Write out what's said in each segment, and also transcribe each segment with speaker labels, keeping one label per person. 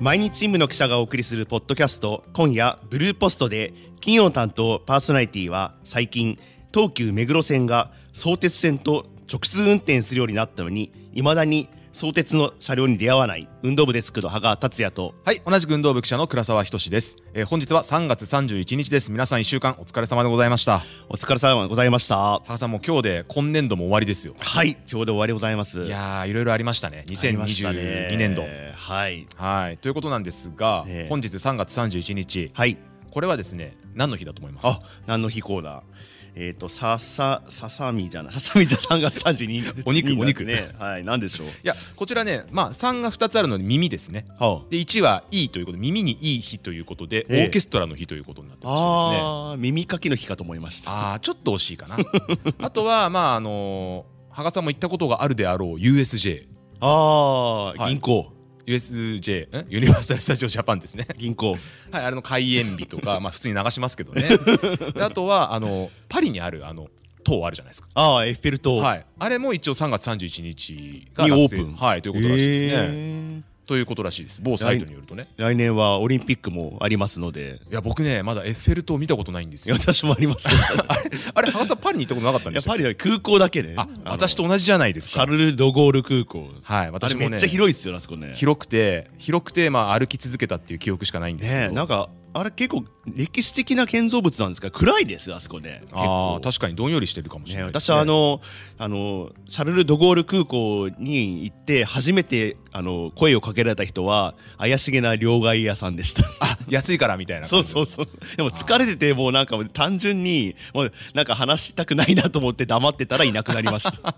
Speaker 1: 毎日新聞の記者がお送りするポッドキャスト今夜ブルーポストで金曜担当パーソナリティは最近東急目黒線が相鉄線と直通運転するようになったのにいまだに相鉄の車両に出会わない運動部デスクの羽賀達也と
Speaker 2: はい、同じく運動部記者の倉沢仁です。えー本日は3月31日です。皆さん1週間お疲れ様でございました。
Speaker 1: お疲れ様でございました
Speaker 2: 高さんもう今日で今年度も終わりですよ。
Speaker 1: はい今日で終わりでございます
Speaker 2: いやー、いろいろありましたね。2022年度。
Speaker 1: ありましたねはい
Speaker 2: はい、ということなんですが、
Speaker 1: ええ
Speaker 2: 本日3月31日、
Speaker 1: はい
Speaker 2: これはですね、何の日だと思います
Speaker 1: あ何の日コーナーえっ、とささささみじゃないささみじゃ3月32日
Speaker 2: お肉
Speaker 1: に
Speaker 2: お肉
Speaker 1: ねはい何でしょう
Speaker 2: いや、こちらね、まあ3が2つあるので耳ですね。
Speaker 1: は
Speaker 2: で、1はいいということで、耳にいい日ということで、
Speaker 1: ええ
Speaker 2: オーケストラの日ということになってましてですね。
Speaker 1: ああー耳かきの日かと思いました
Speaker 2: あーちょっと惜しいかな あとはまああのー、羽賀さんも行ったことがあるであろう USJ
Speaker 1: あー
Speaker 2: はい
Speaker 1: 銀行
Speaker 2: USJ んユニバーサル・スタジオ・ジャパンですね
Speaker 1: 銀行
Speaker 2: はいあれの開園日と かまあ普通に流しますけど ねであとはあのパリにあるあの塔あるじゃないですか
Speaker 1: ああエッフェル塔
Speaker 2: はい、あれも一応3月31日が
Speaker 1: にオープン
Speaker 2: 学生はい、という
Speaker 1: と
Speaker 2: こ
Speaker 1: いうこと
Speaker 2: とら
Speaker 1: ら
Speaker 2: し
Speaker 1: し
Speaker 2: い
Speaker 1: い
Speaker 2: で
Speaker 1: ですす
Speaker 2: ね。
Speaker 1: ね
Speaker 2: ということらしいです某サイトによるとね
Speaker 1: 来年はオリンピックもありますので
Speaker 2: いや僕ねまだエッフェル塔見たことないんです よ
Speaker 1: 私もありますけど
Speaker 2: あれ羽賀さんパリに行ったことなかったん
Speaker 1: い
Speaker 2: で
Speaker 1: や
Speaker 2: すか
Speaker 1: パリは空港だけで、ね、
Speaker 2: あ
Speaker 1: の
Speaker 2: 私と同じじゃないです
Speaker 1: シ
Speaker 2: か
Speaker 1: ャルル・ド・ゴール空港
Speaker 2: は
Speaker 1: あ
Speaker 2: い
Speaker 1: れ
Speaker 2: 私
Speaker 1: め
Speaker 2: もね
Speaker 1: っちゃ広いっすよねあそこね
Speaker 2: 広くて広くてまあ歩き続けたっていう記憶しかないんですけ
Speaker 1: ね
Speaker 2: ど、
Speaker 1: えなんかあれ結構歴史的な建造物なんですか暗いですよあそこね結
Speaker 2: あ
Speaker 1: 構
Speaker 2: あ確かにどんよりしてるかもしれ
Speaker 1: ね、
Speaker 2: ないです
Speaker 1: 私
Speaker 2: ね、
Speaker 1: はあのあのシャルル・ド・ゴール空港に行って初めてあの声をかけられた人は怪しげな両替屋さんでした
Speaker 2: あ安いからみたいな
Speaker 1: そう
Speaker 2: 感じ
Speaker 1: そうそう でも疲れててもうなんか単純にもうなんか話したくないなと思って黙ってたらいなくなりました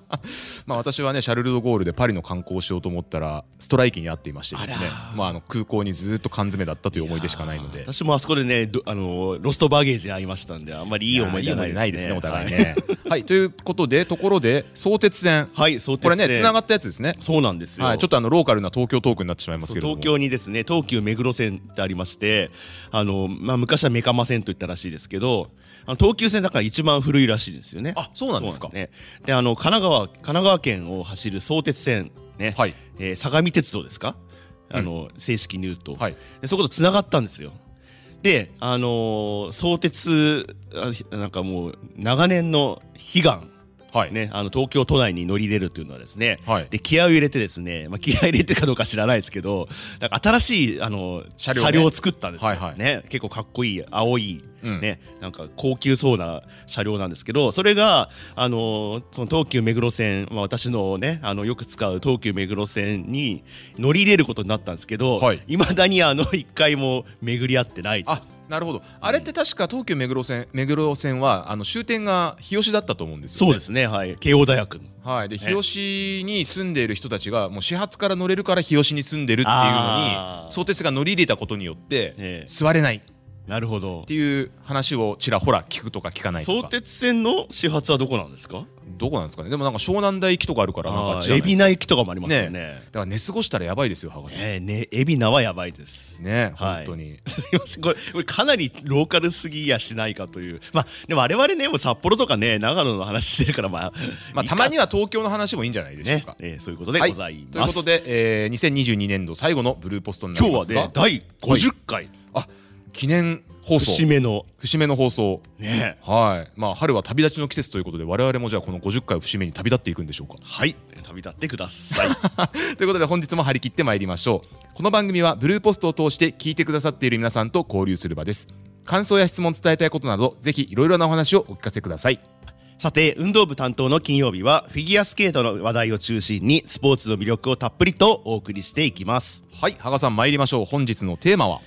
Speaker 2: まあ私はねシャルル・ド・ゴールでパリの観光をしようと思ったらストライキに遭っていましてですね
Speaker 1: あら
Speaker 2: まああの空港にずっと缶詰だったと いう思い出しかないので
Speaker 1: 私もあそこでねどあのロストバゲージに会いましたんであんまりいい思い出は
Speaker 2: やー
Speaker 1: ないですね
Speaker 2: いお互い
Speaker 1: は
Speaker 2: ねはいということでところで相鉄線
Speaker 1: はい相鉄
Speaker 2: これね
Speaker 1: 線
Speaker 2: つながったやつですね
Speaker 1: そうなんですよ、
Speaker 2: はいちょっとあのローカルな東京トークになってしまいま
Speaker 1: そ
Speaker 2: す
Speaker 1: う
Speaker 2: けれども
Speaker 1: 東京にですね東急目黒線ってありましてあの、まあ、昔はメカマ線と言ったらしいですけどあの東急線だから一番古いらしいですよね。
Speaker 2: あそうなんですか
Speaker 1: ね、であの神奈川神奈川県を走る相鉄線、ね
Speaker 2: はい
Speaker 1: えー相模鉄道ですか
Speaker 2: うん
Speaker 1: あの、正式に言うと、
Speaker 2: はい
Speaker 1: でそことつながったんですよ。で、あのー相鉄あひなんかもう長年の悲願、
Speaker 2: はい、
Speaker 1: ね、あの東京都内に乗り入れるというのはですね、
Speaker 2: はい、
Speaker 1: で気合を入れてですね、まあ、気合入れてかどうか知らないですけどなんか新しいあの
Speaker 2: 車
Speaker 1: 車
Speaker 2: 両
Speaker 1: 両,、
Speaker 2: ね
Speaker 1: を作ったんですよ、
Speaker 2: はいはい
Speaker 1: ね、結構かっこいい青い、
Speaker 2: うん
Speaker 1: ねなんか高級そうな車両なんですけどそれがあのその東急目黒線、まあ、私のねあのよく使う東急目黒線に乗り入れることになったんですけど、
Speaker 2: はい
Speaker 1: 未だにあの一回も巡り合ってない
Speaker 2: あなるほどあれって確か東急目黒線目黒線はあの終点が日吉だったと思うんですよ、ね、
Speaker 1: そうですねはい慶応大学の。
Speaker 2: はい、で
Speaker 1: ね
Speaker 2: 日吉に住んでいる人たちがもう始発から乗れるから日吉に住んでるっていうの
Speaker 1: あ
Speaker 2: に
Speaker 1: ー
Speaker 2: 相鉄が乗り入れたことによって、
Speaker 1: ええ
Speaker 2: 座れないっ
Speaker 1: なるほど
Speaker 2: ていう話をちらほら聞くとか聞かないと
Speaker 1: 相
Speaker 2: か
Speaker 1: 鉄線の始発はどこなんですか
Speaker 2: どこなんですかねでもなんか湘南台行きとかあるからなんか
Speaker 1: あ
Speaker 2: あっち
Speaker 1: ー
Speaker 2: じゃ
Speaker 1: 海
Speaker 2: ない
Speaker 1: 老名行
Speaker 2: ですか
Speaker 1: きとかもありますよね
Speaker 2: だから寝過ごしたらやばいですよ博士ね
Speaker 1: えー、ね、海老名はやばいです。 はい
Speaker 2: 本当に
Speaker 1: すいません、これ、これかなりローカルすぎやしないかという。まあ、でも我々ね、もう札幌とかね、長野の話してるから、まあ、
Speaker 2: まあたまには東京の話もいいんじゃないでしょう
Speaker 1: ね
Speaker 2: か、、
Speaker 1: えーそういうことで
Speaker 2: は
Speaker 1: ござい
Speaker 2: という
Speaker 1: ま
Speaker 2: こ
Speaker 1: す。
Speaker 2: とで、えー、2022年度最後のブルーポストにな
Speaker 1: 今
Speaker 2: り
Speaker 1: 日
Speaker 2: ま
Speaker 1: は
Speaker 2: すが
Speaker 1: ね、第50回、
Speaker 2: 記念放送
Speaker 1: 節目の、
Speaker 2: 節目の放送
Speaker 1: ね、
Speaker 2: はいまあ春は旅立ちの季節ということで我々もじゃあこの50回を節目に旅立っていくんでしょうか
Speaker 1: はい、旅立ってください。
Speaker 2: ということで本日も張り切ってまいりましょうこの番組はブルーポストを通して聞いてくださっている皆さんと交流する場です感想や質問伝えたいことなどぜひいろいろなお話をお聞かせください
Speaker 1: さて、運動部担当の金曜日は、フィギュアスケートの話題を中心に、スポーツの魅力をたっぷりとお送りしていきます。
Speaker 2: はい羽賀さん参りましょう本日のテーマは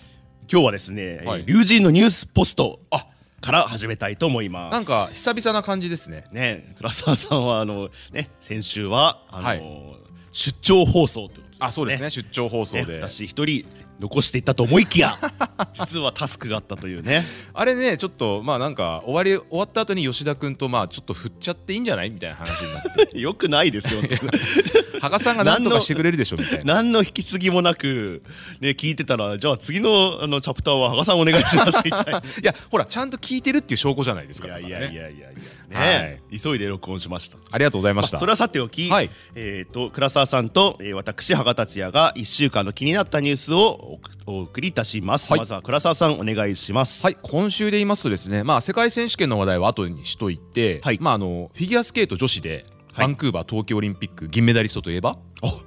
Speaker 1: 今日はですね、
Speaker 2: はい
Speaker 1: 龍神のニュースポスト
Speaker 2: あ
Speaker 1: から始めたいと思います。
Speaker 2: なんか久々な感じですね
Speaker 1: ね、倉沢さんはあの、ね、先週はあの、
Speaker 2: は
Speaker 1: 出張放送ってことですね
Speaker 2: あそうですね出張放送
Speaker 1: ね
Speaker 2: で、
Speaker 1: 私一人残していったと思いき や実はタスクがあったというね
Speaker 2: あれねちょっとまあなんか終わり終わった後に吉田君とまあちょっと振っちゃっていいんじゃないみたいな話になって
Speaker 1: よくないですよ本当に
Speaker 2: 加賀さんが何とかしてくれるでしょみたいな。
Speaker 1: 何の引き継ぎもなく、ね、聞いてたらじゃあ次のあのチャプターは羽賀さんお願いしますみたいな。
Speaker 2: いやほらちゃんと聞いてるっていう証拠じゃないです か。
Speaker 1: いやい
Speaker 2: だから
Speaker 1: やい
Speaker 2: ね
Speaker 1: やいやいや、ね急いで録音しました。
Speaker 2: ありがとうございました。
Speaker 1: あそれはさておき、
Speaker 2: はい
Speaker 1: えー、と倉沢さんと、えー私羽賀達也が1週間の気になったニュースをおお送りいたします、
Speaker 2: はい
Speaker 1: まずは倉沢さんお願いします、
Speaker 2: はい、今週で言いますとですね、まあ、世界選手権の話題は後にしといて、
Speaker 1: はい
Speaker 2: まあ、あのフィギュアスケート女子で、
Speaker 1: はい
Speaker 2: バンクーバー冬季オリンピック銀メダリストといえば、
Speaker 1: お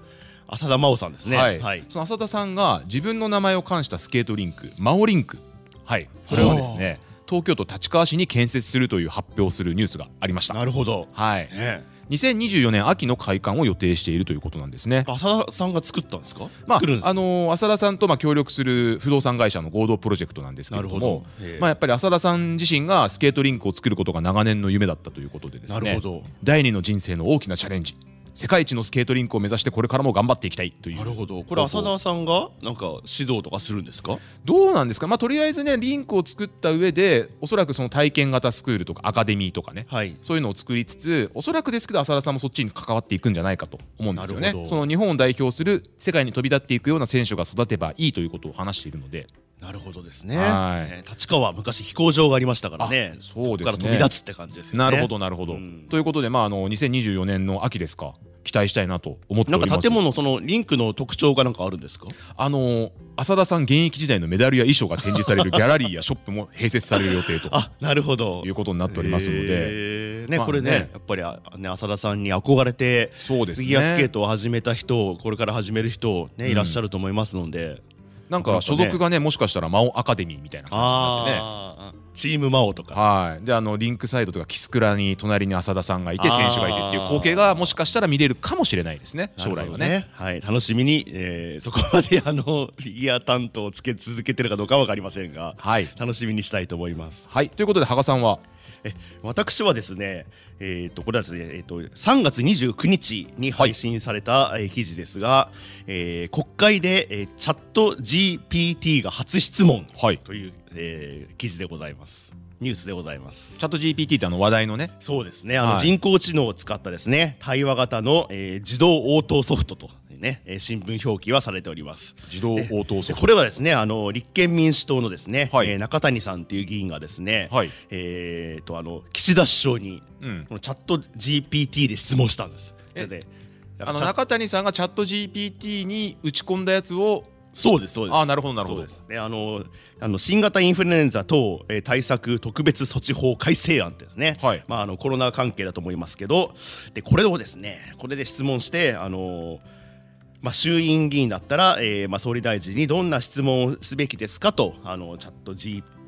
Speaker 1: 浅田真央さんですね
Speaker 2: はい
Speaker 1: はい、
Speaker 2: その浅田さんが自分の名前を冠したスケートリンクマオリンク、はい、それをですね東京都立川市に建設するという発表をするニュースがありました。
Speaker 1: なるほど、
Speaker 2: はい、
Speaker 1: ね、
Speaker 2: 2024年秋の開館を予定しているということなんですね。
Speaker 1: 浅田さんが作ったんですか、
Speaker 2: まあ
Speaker 1: 作るんです
Speaker 2: あのー浅田さんとまあ協力する不動産会社の合同プロジェクトなんですけれど
Speaker 1: なるほ
Speaker 2: も
Speaker 1: どへえ
Speaker 2: まあ、やっぱり浅田さん自身がスケートリンクを作ることが長年の夢だったということでですね
Speaker 1: なるほど
Speaker 2: 第二の人生の大きなチャレンジ世界一のスケートリンクを目指してこれからも頑張っていきたいという
Speaker 1: なるほどこれ浅田さんがなんか指導とかするんですか
Speaker 2: どうなんですか、まあ、とりあえずねリンクを作った上でおそらくその体験型スクールとかアカデミーとかね
Speaker 1: はい
Speaker 2: そういうのを作りつつおそらくですけど浅田さんもそっちに関わっていくんじゃないかと思うんですよ
Speaker 1: な
Speaker 2: ね
Speaker 1: るほど
Speaker 2: その日本を代表する世界に飛び立っていくような選手が育てばいいということを話しているので
Speaker 1: なるほどですね
Speaker 2: はい
Speaker 1: ね立川昔飛行場がありましたからね
Speaker 2: あそう
Speaker 1: こ
Speaker 2: ですね
Speaker 1: から飛び立つって感じですよね
Speaker 2: なるほどなるほど、
Speaker 1: うん
Speaker 2: ということでまああの2024年の秋ですか期待したいなと思って
Speaker 1: な
Speaker 2: お
Speaker 1: ん
Speaker 2: ります
Speaker 1: か建物そのリンクの特徴がなんかあるんですか
Speaker 2: あの浅田さん現役時代のメダルや衣装が展示されるギャラリーやショップも併設される予定と
Speaker 1: あなるほど
Speaker 2: いうことになっておりますので、
Speaker 1: へーね、
Speaker 2: まあ
Speaker 1: これね
Speaker 2: ね
Speaker 1: やっぱりあね浅田さんに憧れて
Speaker 2: そうです
Speaker 1: フ
Speaker 2: ね
Speaker 1: ィギュアスケートを始めた人をこれから始める人、ね
Speaker 2: うん
Speaker 1: いらっしゃると思いますので、
Speaker 2: なんか所属がねもしかしたら魔王アカデミーみたいな感じになってね
Speaker 1: あーチームマオとか
Speaker 2: はいであのリンクサイドとかキスクラに隣に浅田さんがいて
Speaker 1: あー
Speaker 2: 選手がいてっていう光景がもしかしたら見れるかもしれないですね将
Speaker 1: な
Speaker 2: 来
Speaker 1: るほ
Speaker 2: は
Speaker 1: ど
Speaker 2: ね。
Speaker 1: はい、楽しみに、えーそこまであのフィギュア担当をつけ続けてるかどうかわかりませんが
Speaker 2: はい、
Speaker 1: 楽しみにしたいと思います
Speaker 2: はい、ということで羽賀さんは
Speaker 1: 私はですねえー、とこれはですね、えー、と3月29日に配信された、えー記事ですが、えー国会で、えーチャット GPT が初質問
Speaker 2: はい
Speaker 1: という、えー記事でございますニュースでございます
Speaker 2: チャット GPT ってあの話題のね
Speaker 1: そうですねあの
Speaker 2: はい
Speaker 1: 人工知能を使ったですね、対話型の、えー自動応答ソフトとね、えー新聞表記はされております
Speaker 2: 自動応答ソ
Speaker 1: で
Speaker 2: フ
Speaker 1: これはですねあの立憲民主党のですね、
Speaker 2: はい
Speaker 1: えー中谷さんという議員がですね、
Speaker 2: ト。はい、
Speaker 1: えーとあの岸田首相に
Speaker 2: うん
Speaker 1: このチャット GPT で質問したんです
Speaker 2: え
Speaker 1: で
Speaker 2: あの
Speaker 1: チャ
Speaker 2: 中谷さんがチャット GPT に打ち込んだやつを
Speaker 1: そうですそうです
Speaker 2: あーなるほどなるほど
Speaker 1: そうですねあのあの新型インフルエンザ等、えー対策特別措置法改正案ですね、
Speaker 2: はい
Speaker 1: まあ、あのコロナ関係だと思いますけどでこれをですねこれで質問してあのまあ、衆院議員だったら、えーまあ、総理大臣にどんな質問をすべきですかとあのチャット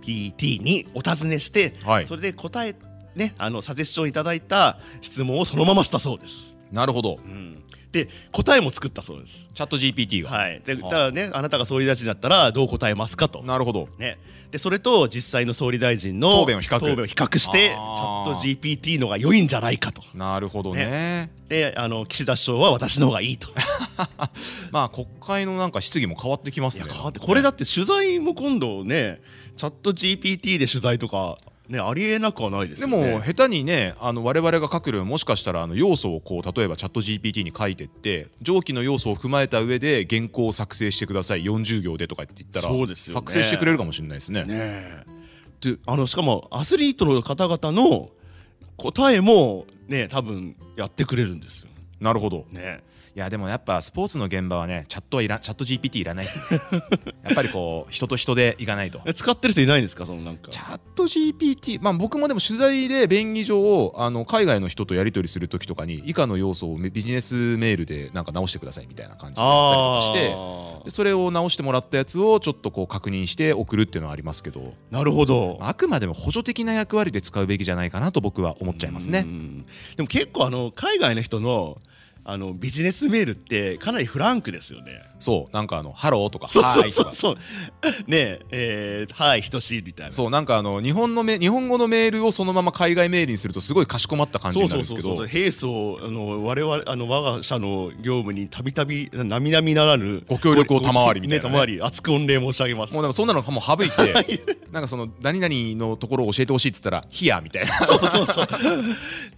Speaker 1: GPT にお尋ねして、
Speaker 2: はい
Speaker 1: それで答え、ね、あのサジェスションいただいた質問をそのまましたそうです。
Speaker 2: なるほど
Speaker 1: うん、で答えも作ったそうです。
Speaker 2: チャット GPT が、
Speaker 1: はい、で
Speaker 2: はあ
Speaker 1: ただねあなたが総理大臣だったらどう答えますかと、
Speaker 2: なるほど
Speaker 1: ね、でそれと実際の総理大臣の
Speaker 2: 答弁を比較
Speaker 1: 比較してチャッ
Speaker 2: あ
Speaker 1: ト
Speaker 2: ー
Speaker 1: GPT のが良いんじゃないかと
Speaker 2: なるほどね
Speaker 1: であの岸田首相は私の方がいいと
Speaker 2: まあ国会のなんか質疑も変わってきます
Speaker 1: い
Speaker 2: ね
Speaker 1: や変わってこれだって取材も今度ねチャット GPT で取材とか、ね、ありえなくはないです
Speaker 2: で
Speaker 1: よね。
Speaker 2: も下手にねあの我々が書くよりももしかしたらあの要素をこう例えばチャット GPT に書いてって上記の要素を踏まえた上で原稿を作成してください40行でとかって言ったら
Speaker 1: そうですよね
Speaker 2: 作成してくれるかもしれないですね
Speaker 1: ねえであのしかもアスリートの方々の答えもね多分やってくれるんですよ。
Speaker 2: なるほど
Speaker 1: ね
Speaker 2: いやでもやっぱスポーツの現場はねチャットはいらチャット GPT いらな いですねやっぱりこう人と人でいかないと
Speaker 1: え使ってる人いないんですかそのなんか
Speaker 2: チャット GPT、まあ、僕もでも取材で便宜上あの海外の人とやり取りする時とかに以下の要素をめビジネスメールでなんか直してくださいみたいな感じでやったりとかして
Speaker 1: あ
Speaker 2: でそれを直してもらったやつをちょっとこう確認して送るっていうのはありますけど
Speaker 1: ーなるほど
Speaker 2: あくまでも補助的な役割で使うべきじゃないかなと僕は思っちゃいます
Speaker 1: う
Speaker 2: ね。
Speaker 1: んでも結構あの海外の人のあのビジネスメールってかなりフランクですよね。
Speaker 2: そうなんかあの「ハロー」とか「
Speaker 1: そう
Speaker 2: は
Speaker 1: そう
Speaker 2: ーい」と
Speaker 1: そ
Speaker 2: か
Speaker 1: うそう。ねええーはい等しいみたいな。
Speaker 2: そうなんかあの日本のめ日本語のメールをそのまま海外メールにするとすごいかしこまった感じ
Speaker 1: そう
Speaker 2: にな
Speaker 1: そう
Speaker 2: るんです
Speaker 1: そ
Speaker 2: け
Speaker 1: う
Speaker 2: ど
Speaker 1: そう。平素あの我々あの我が社の業務にたびたび並々ならぬ
Speaker 2: ご協力を賜りみたいなね
Speaker 1: ね賜り厚く御礼申し上げます
Speaker 2: も。うでもそんなのもう省い てなんかその何々のところを教えてほしいっつっ たら「ヒア」みたいな
Speaker 1: そうそうそう。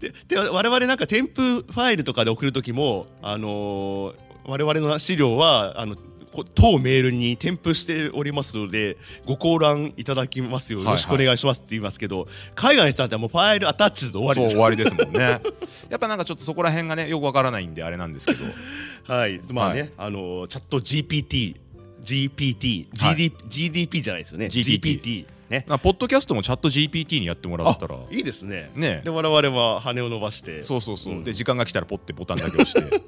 Speaker 1: でで我々なんか添付ファイルとかで送る時もあのー我々の資料はあのこ当メールに添付しておりますのでご考覧いただきますようよ
Speaker 2: はいは
Speaker 1: ろ
Speaker 2: い
Speaker 1: しくお願いしますって言いますけど、海外の人だってもうファイルアタッチで終わり
Speaker 2: そう
Speaker 1: です
Speaker 2: 終わりですもんねやっぱなんかちょっとそこら辺がねよくわからないんであれなんですけど
Speaker 1: はい、まあね、
Speaker 2: はい
Speaker 1: あのチャット GPT、GPT、
Speaker 2: はい
Speaker 1: GD、GDP じゃないですよね。
Speaker 2: GPT
Speaker 1: GPT ね。
Speaker 2: まあポッドキャストもチャット GPT にやってもらったら
Speaker 1: いいですね。
Speaker 2: ね
Speaker 1: で我々は羽を伸ばして、
Speaker 2: そうそうそう、
Speaker 1: うん
Speaker 2: で時間が来たらポッてボタンだけ押して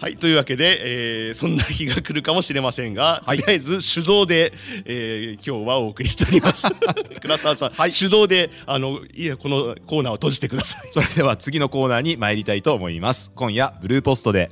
Speaker 1: はいというわけで、えーそんな日が来るかもしれませんが、
Speaker 2: はい
Speaker 1: とりあえず手動で、えー今日はお送りしており ます。倉沢さん、
Speaker 2: はい
Speaker 1: 手動であのいやこのコーナーを閉じてください。
Speaker 2: それでは次のコーナーに参りたいと思います今夜ブルーポストで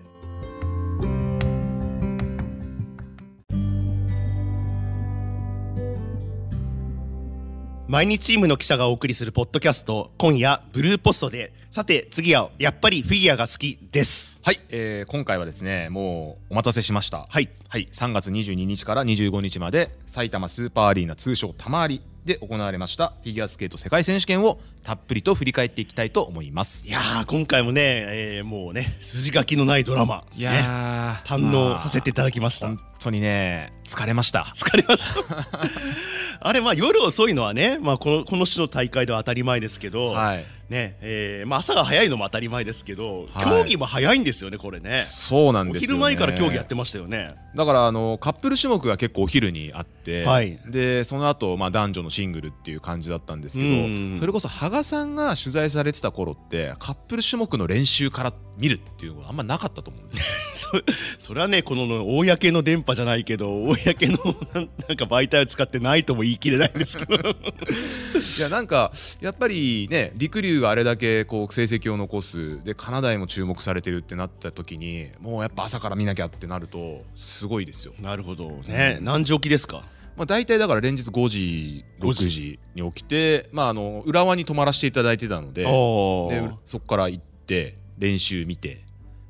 Speaker 1: 毎日チームの記者がお送りするポッドキャスト今夜ブルーポストでさて次はやっぱりフィギュアが好きです。
Speaker 2: はい、えー今回はですねもうお待たせしました
Speaker 1: はい
Speaker 2: はい、3月22日から25日まで埼玉スーパーアリーナ通称たまアリで行われましたフィギュアスケート世界選手権をたっぷりと振り返っていきたいと思います
Speaker 1: いやー今回もね、えーもうね筋書きのないドラマ、
Speaker 2: いや
Speaker 1: ね、
Speaker 2: ー、
Speaker 1: 堪能させていただきました
Speaker 2: 本当にね疲れました
Speaker 1: 疲れました あれまあ夜遅いのはね、まあ、このこの種の大会では当たり前ですけど、
Speaker 2: はい
Speaker 1: ねえーまあ、朝が早いのも当たり前ですけど、
Speaker 2: はい
Speaker 1: 競技も早いんですよねこれね
Speaker 2: そうなん
Speaker 1: お
Speaker 2: ですよ、ね、
Speaker 1: 昼前から競技やってましたよね
Speaker 2: だからあのカップル種目が結構お昼にあって、
Speaker 1: はい
Speaker 2: でその後、まあ男女のシングルっていう感じだったんですけ
Speaker 1: うん
Speaker 2: どそれこそ羽賀さんが取材されてた頃ってカップル種目の練習から見るっていうのはあんまなかったと思うんですよ
Speaker 1: そそれはねこのの公の電波じゃないけど公のなんなんか媒体を使ってないとも言い切れないんですけど
Speaker 2: いやなんかやっぱりね陸竜があれだけこう成績を残すでカナダへも注目されてるってなった時にもうやっぱ朝から見なきゃってなるとすごいですよ。
Speaker 1: なるほどね何時起きですか
Speaker 2: まあ、大体だから連日5時
Speaker 1: 5
Speaker 2: 6
Speaker 1: 時
Speaker 2: 時に起きて、まあ、あの浦和に泊まらせていただいてたので
Speaker 1: お
Speaker 2: で
Speaker 1: ー
Speaker 2: そこから行って練習見て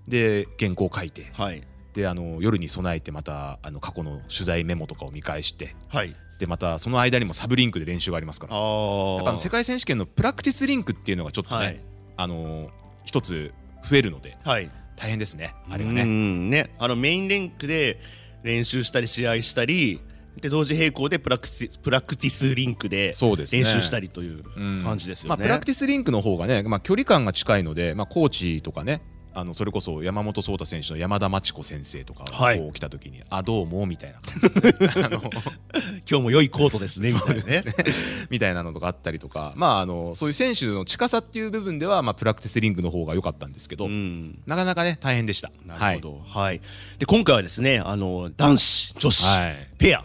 Speaker 2: で原稿書いて
Speaker 1: はい
Speaker 2: であの夜に備えてまたあの過去の取材メモとかを見返して
Speaker 1: はい
Speaker 2: でまたその間にもサブリンクで練習がありますから
Speaker 1: あ
Speaker 2: やっぱあ
Speaker 1: あ
Speaker 2: の世界選手権のプラクティスリンクっていうのがちょっとね、
Speaker 1: はい
Speaker 2: あの一つ増えるので
Speaker 1: はい
Speaker 2: 大変ですねあ
Speaker 1: あ
Speaker 2: れ
Speaker 1: れ
Speaker 2: が
Speaker 1: が
Speaker 2: ね。
Speaker 1: ねねあのメインレンクで練習したり試合したりで同時並行でプラクティプラクティスリンクで
Speaker 2: そうですね
Speaker 1: 練習したりという
Speaker 2: うん
Speaker 1: 感じですよね。
Speaker 2: まあ、プラクティスリンクの方がね、まあ、距離感が近いので、まあ、コーチとかねあのそれこそ山本草太選手の山田真知子先生とかが
Speaker 1: はい
Speaker 2: こう来た時に「あどうも」みたいな感じであの
Speaker 1: 今日も良いコートですねみたいなね。
Speaker 2: みたいなのとかあったりとか、まあ、あのそういう選手の近さっていう部分では、まあ、プラクティスリンクの方が良かったんですけど、
Speaker 1: うん
Speaker 2: なかなかね大変でした。
Speaker 1: なるほど、はいで今回はですねあの男子女子、
Speaker 2: はいはい
Speaker 1: ペア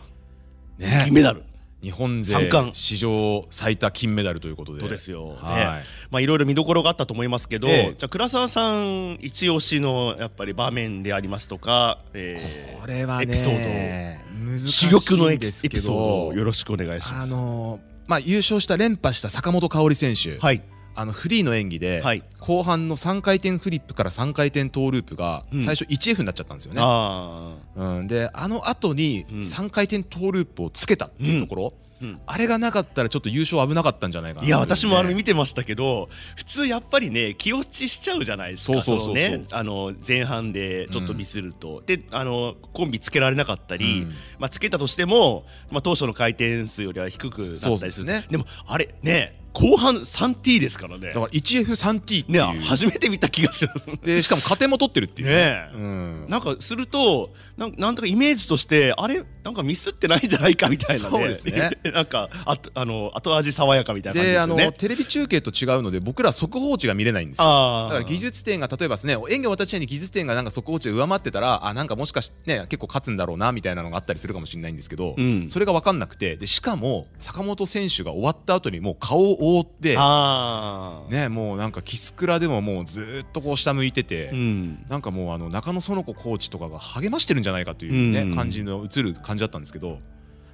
Speaker 2: ね
Speaker 1: 銀メダル
Speaker 2: 日本勢
Speaker 1: 三冠
Speaker 2: 史上最多金メダルということで
Speaker 1: とですよ、
Speaker 2: はい
Speaker 1: ねまあ、いろいろ見どころがあったと思いますけど、
Speaker 2: ええ
Speaker 1: じゃあ倉沢さん一押しのやっぱり場面でありますとか、えー
Speaker 2: これはね
Speaker 1: エピソード
Speaker 2: 難しい
Speaker 1: 珠玉のエ
Speaker 2: ん
Speaker 1: ピ
Speaker 2: ですけ
Speaker 1: エ
Speaker 2: ど
Speaker 1: ピソードをよろしくお願いします。
Speaker 2: あのーまあ、優勝した連覇した坂本花織選手、
Speaker 1: はい
Speaker 2: あのフリーの演技で、
Speaker 1: はい
Speaker 2: 後半の3回転フリップから3回転トーループが
Speaker 1: うん
Speaker 2: 最初 1F になっちゃったんですよね。
Speaker 1: あ
Speaker 2: うん、であの後に
Speaker 1: うん
Speaker 2: 3回転トーループをつけたっていうところ、
Speaker 1: あ、うん
Speaker 2: あれがなかったらちょっと優勝危なかったんじゃないかない
Speaker 1: や私もあれ見てましたけど普通やっぱりね気落ちしちゃうじゃないですか
Speaker 2: そうそうそうそう
Speaker 1: のねあの前半でちょっとミスると、であのコンビつけられなかった
Speaker 2: う
Speaker 1: り、
Speaker 2: ん
Speaker 1: まあ、つけたとしても、まあ、当初の回転数よりは低くな
Speaker 2: そう
Speaker 1: った
Speaker 2: で
Speaker 1: りす
Speaker 2: す
Speaker 1: る
Speaker 2: ね
Speaker 1: でもあれね後半 3T ですからね
Speaker 2: だから 1F3T っていう、
Speaker 1: ね初めて見た気がする
Speaker 2: でしかも加点も取ってるっていう
Speaker 1: ねえ
Speaker 2: うん、
Speaker 1: なんかするとなんなんとかイメージとしてあれなんかミスってないんじゃないかみたいなね
Speaker 2: そうですね
Speaker 1: なんかあとあの後味爽やかみたいな感じで
Speaker 2: です
Speaker 1: よ
Speaker 2: あの
Speaker 1: ね
Speaker 2: テレビ中継と違うので僕ら速報値が見れないんですよ
Speaker 1: あ
Speaker 2: だ
Speaker 1: ー
Speaker 2: から技術点が例えばですね演技を渡したに技術点がなんか速報値を上回ってたらあなんかもしかして、ね、結構勝つんだろうなみたいなのがあったりするかもしれないんですけど、
Speaker 1: うん
Speaker 2: それが分かんなくてでしかも坂本選手が終わった後にもう顔を覆って、
Speaker 1: ああ、
Speaker 2: ね、もうなんかキスクラでももうずーっとこう下向いてて。
Speaker 1: うん、
Speaker 2: なんかもうあの中野園子コーチとかが励ましてるんじゃないかという、ね
Speaker 1: うん
Speaker 2: 感じの映る感じだったんですけど